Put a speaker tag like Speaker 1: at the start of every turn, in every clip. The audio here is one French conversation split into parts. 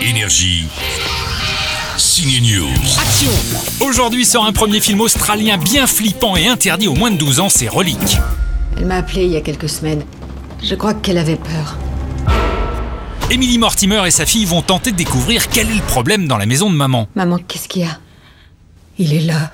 Speaker 1: Énergie. Signe News.
Speaker 2: Action Aujourd'hui sort un premier film australien bien flippant et interdit aux moins de 12 ans, c'est Relique.
Speaker 3: Elle m'a appelé il y a quelques semaines. Je crois qu'elle avait peur.
Speaker 2: Emily Mortimer et sa fille vont tenter de découvrir quel est le problème dans la maison de maman.
Speaker 3: Maman, qu'est-ce qu'il y a
Speaker 4: Il est là.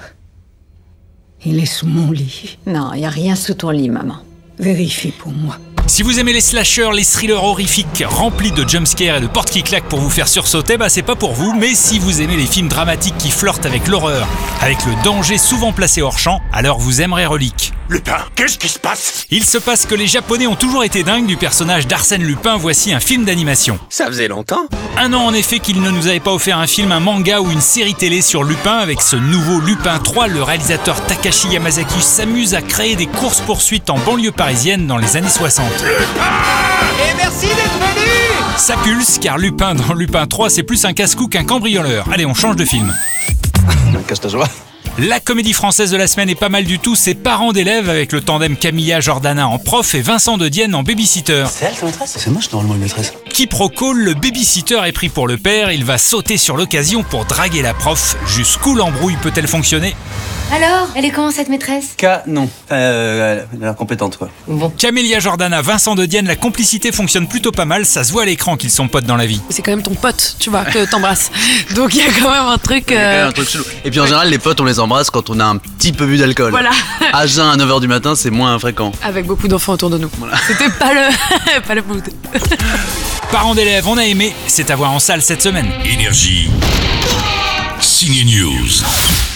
Speaker 4: Il est sous mon lit.
Speaker 3: Non, il n'y a rien sous ton lit, maman.
Speaker 4: Vérifie pour moi.
Speaker 2: Si vous aimez les slashers, les thrillers horrifiques remplis de jumpscares et de portes qui claquent pour vous faire sursauter, bah c'est pas pour vous, mais si vous aimez les films dramatiques qui flirtent avec l'horreur, avec le danger souvent placé hors champ, alors vous aimerez Relique.
Speaker 5: Lupin, qu'est-ce qui se passe
Speaker 2: Il se passe que les Japonais ont toujours été dingues du personnage d'Arsène Lupin, voici un film d'animation.
Speaker 5: Ça faisait longtemps.
Speaker 2: Un an en effet qu'il ne nous avait pas offert un film, un manga ou une série télé sur Lupin. Avec ce nouveau Lupin 3, le réalisateur Takashi Yamazaki s'amuse à créer des courses-poursuites en banlieue parisienne dans les années 60.
Speaker 6: Et merci d'être venu
Speaker 2: Ça pulse car Lupin dans Lupin 3, c'est plus un casse-cou qu'un cambrioleur. Allez, on change de film. La comédie française de la semaine est pas mal du tout, c'est parents d'élèves avec le tandem Camilla Jordana en prof et Vincent De Dienne en babysitter.
Speaker 7: C'est elle ta maîtresse C'est moi, je suis normalement une maîtresse.
Speaker 2: Quiproquo, le babysitter est pris pour le père, il va sauter sur l'occasion pour draguer la prof. Jusqu'où l'embrouille peut-elle fonctionner
Speaker 8: Alors, elle est comment cette maîtresse
Speaker 7: K, non. Enfin, euh, elle a l'air compétente, quoi.
Speaker 2: Camélia Jordana, Vincent De Dienne, la complicité fonctionne plutôt pas mal, ça se voit à l'écran qu'ils sont potes dans la vie.
Speaker 9: c'est quand même ton pote, tu vois, que t'embrasses. Donc il y a quand même un truc. euh,
Speaker 7: Et puis en général, les potes, on les embrasse quand on a un petit peu bu d'alcool.
Speaker 9: Voilà,
Speaker 7: À jeun à 9h du matin, c'est moins fréquent.
Speaker 9: avec beaucoup d'enfants autour de nous. C'était pas le, pas le mood.
Speaker 2: Parents d'élèves, on a aimé, c'est à voir en salle cette semaine.
Speaker 1: Énergie. Signe News.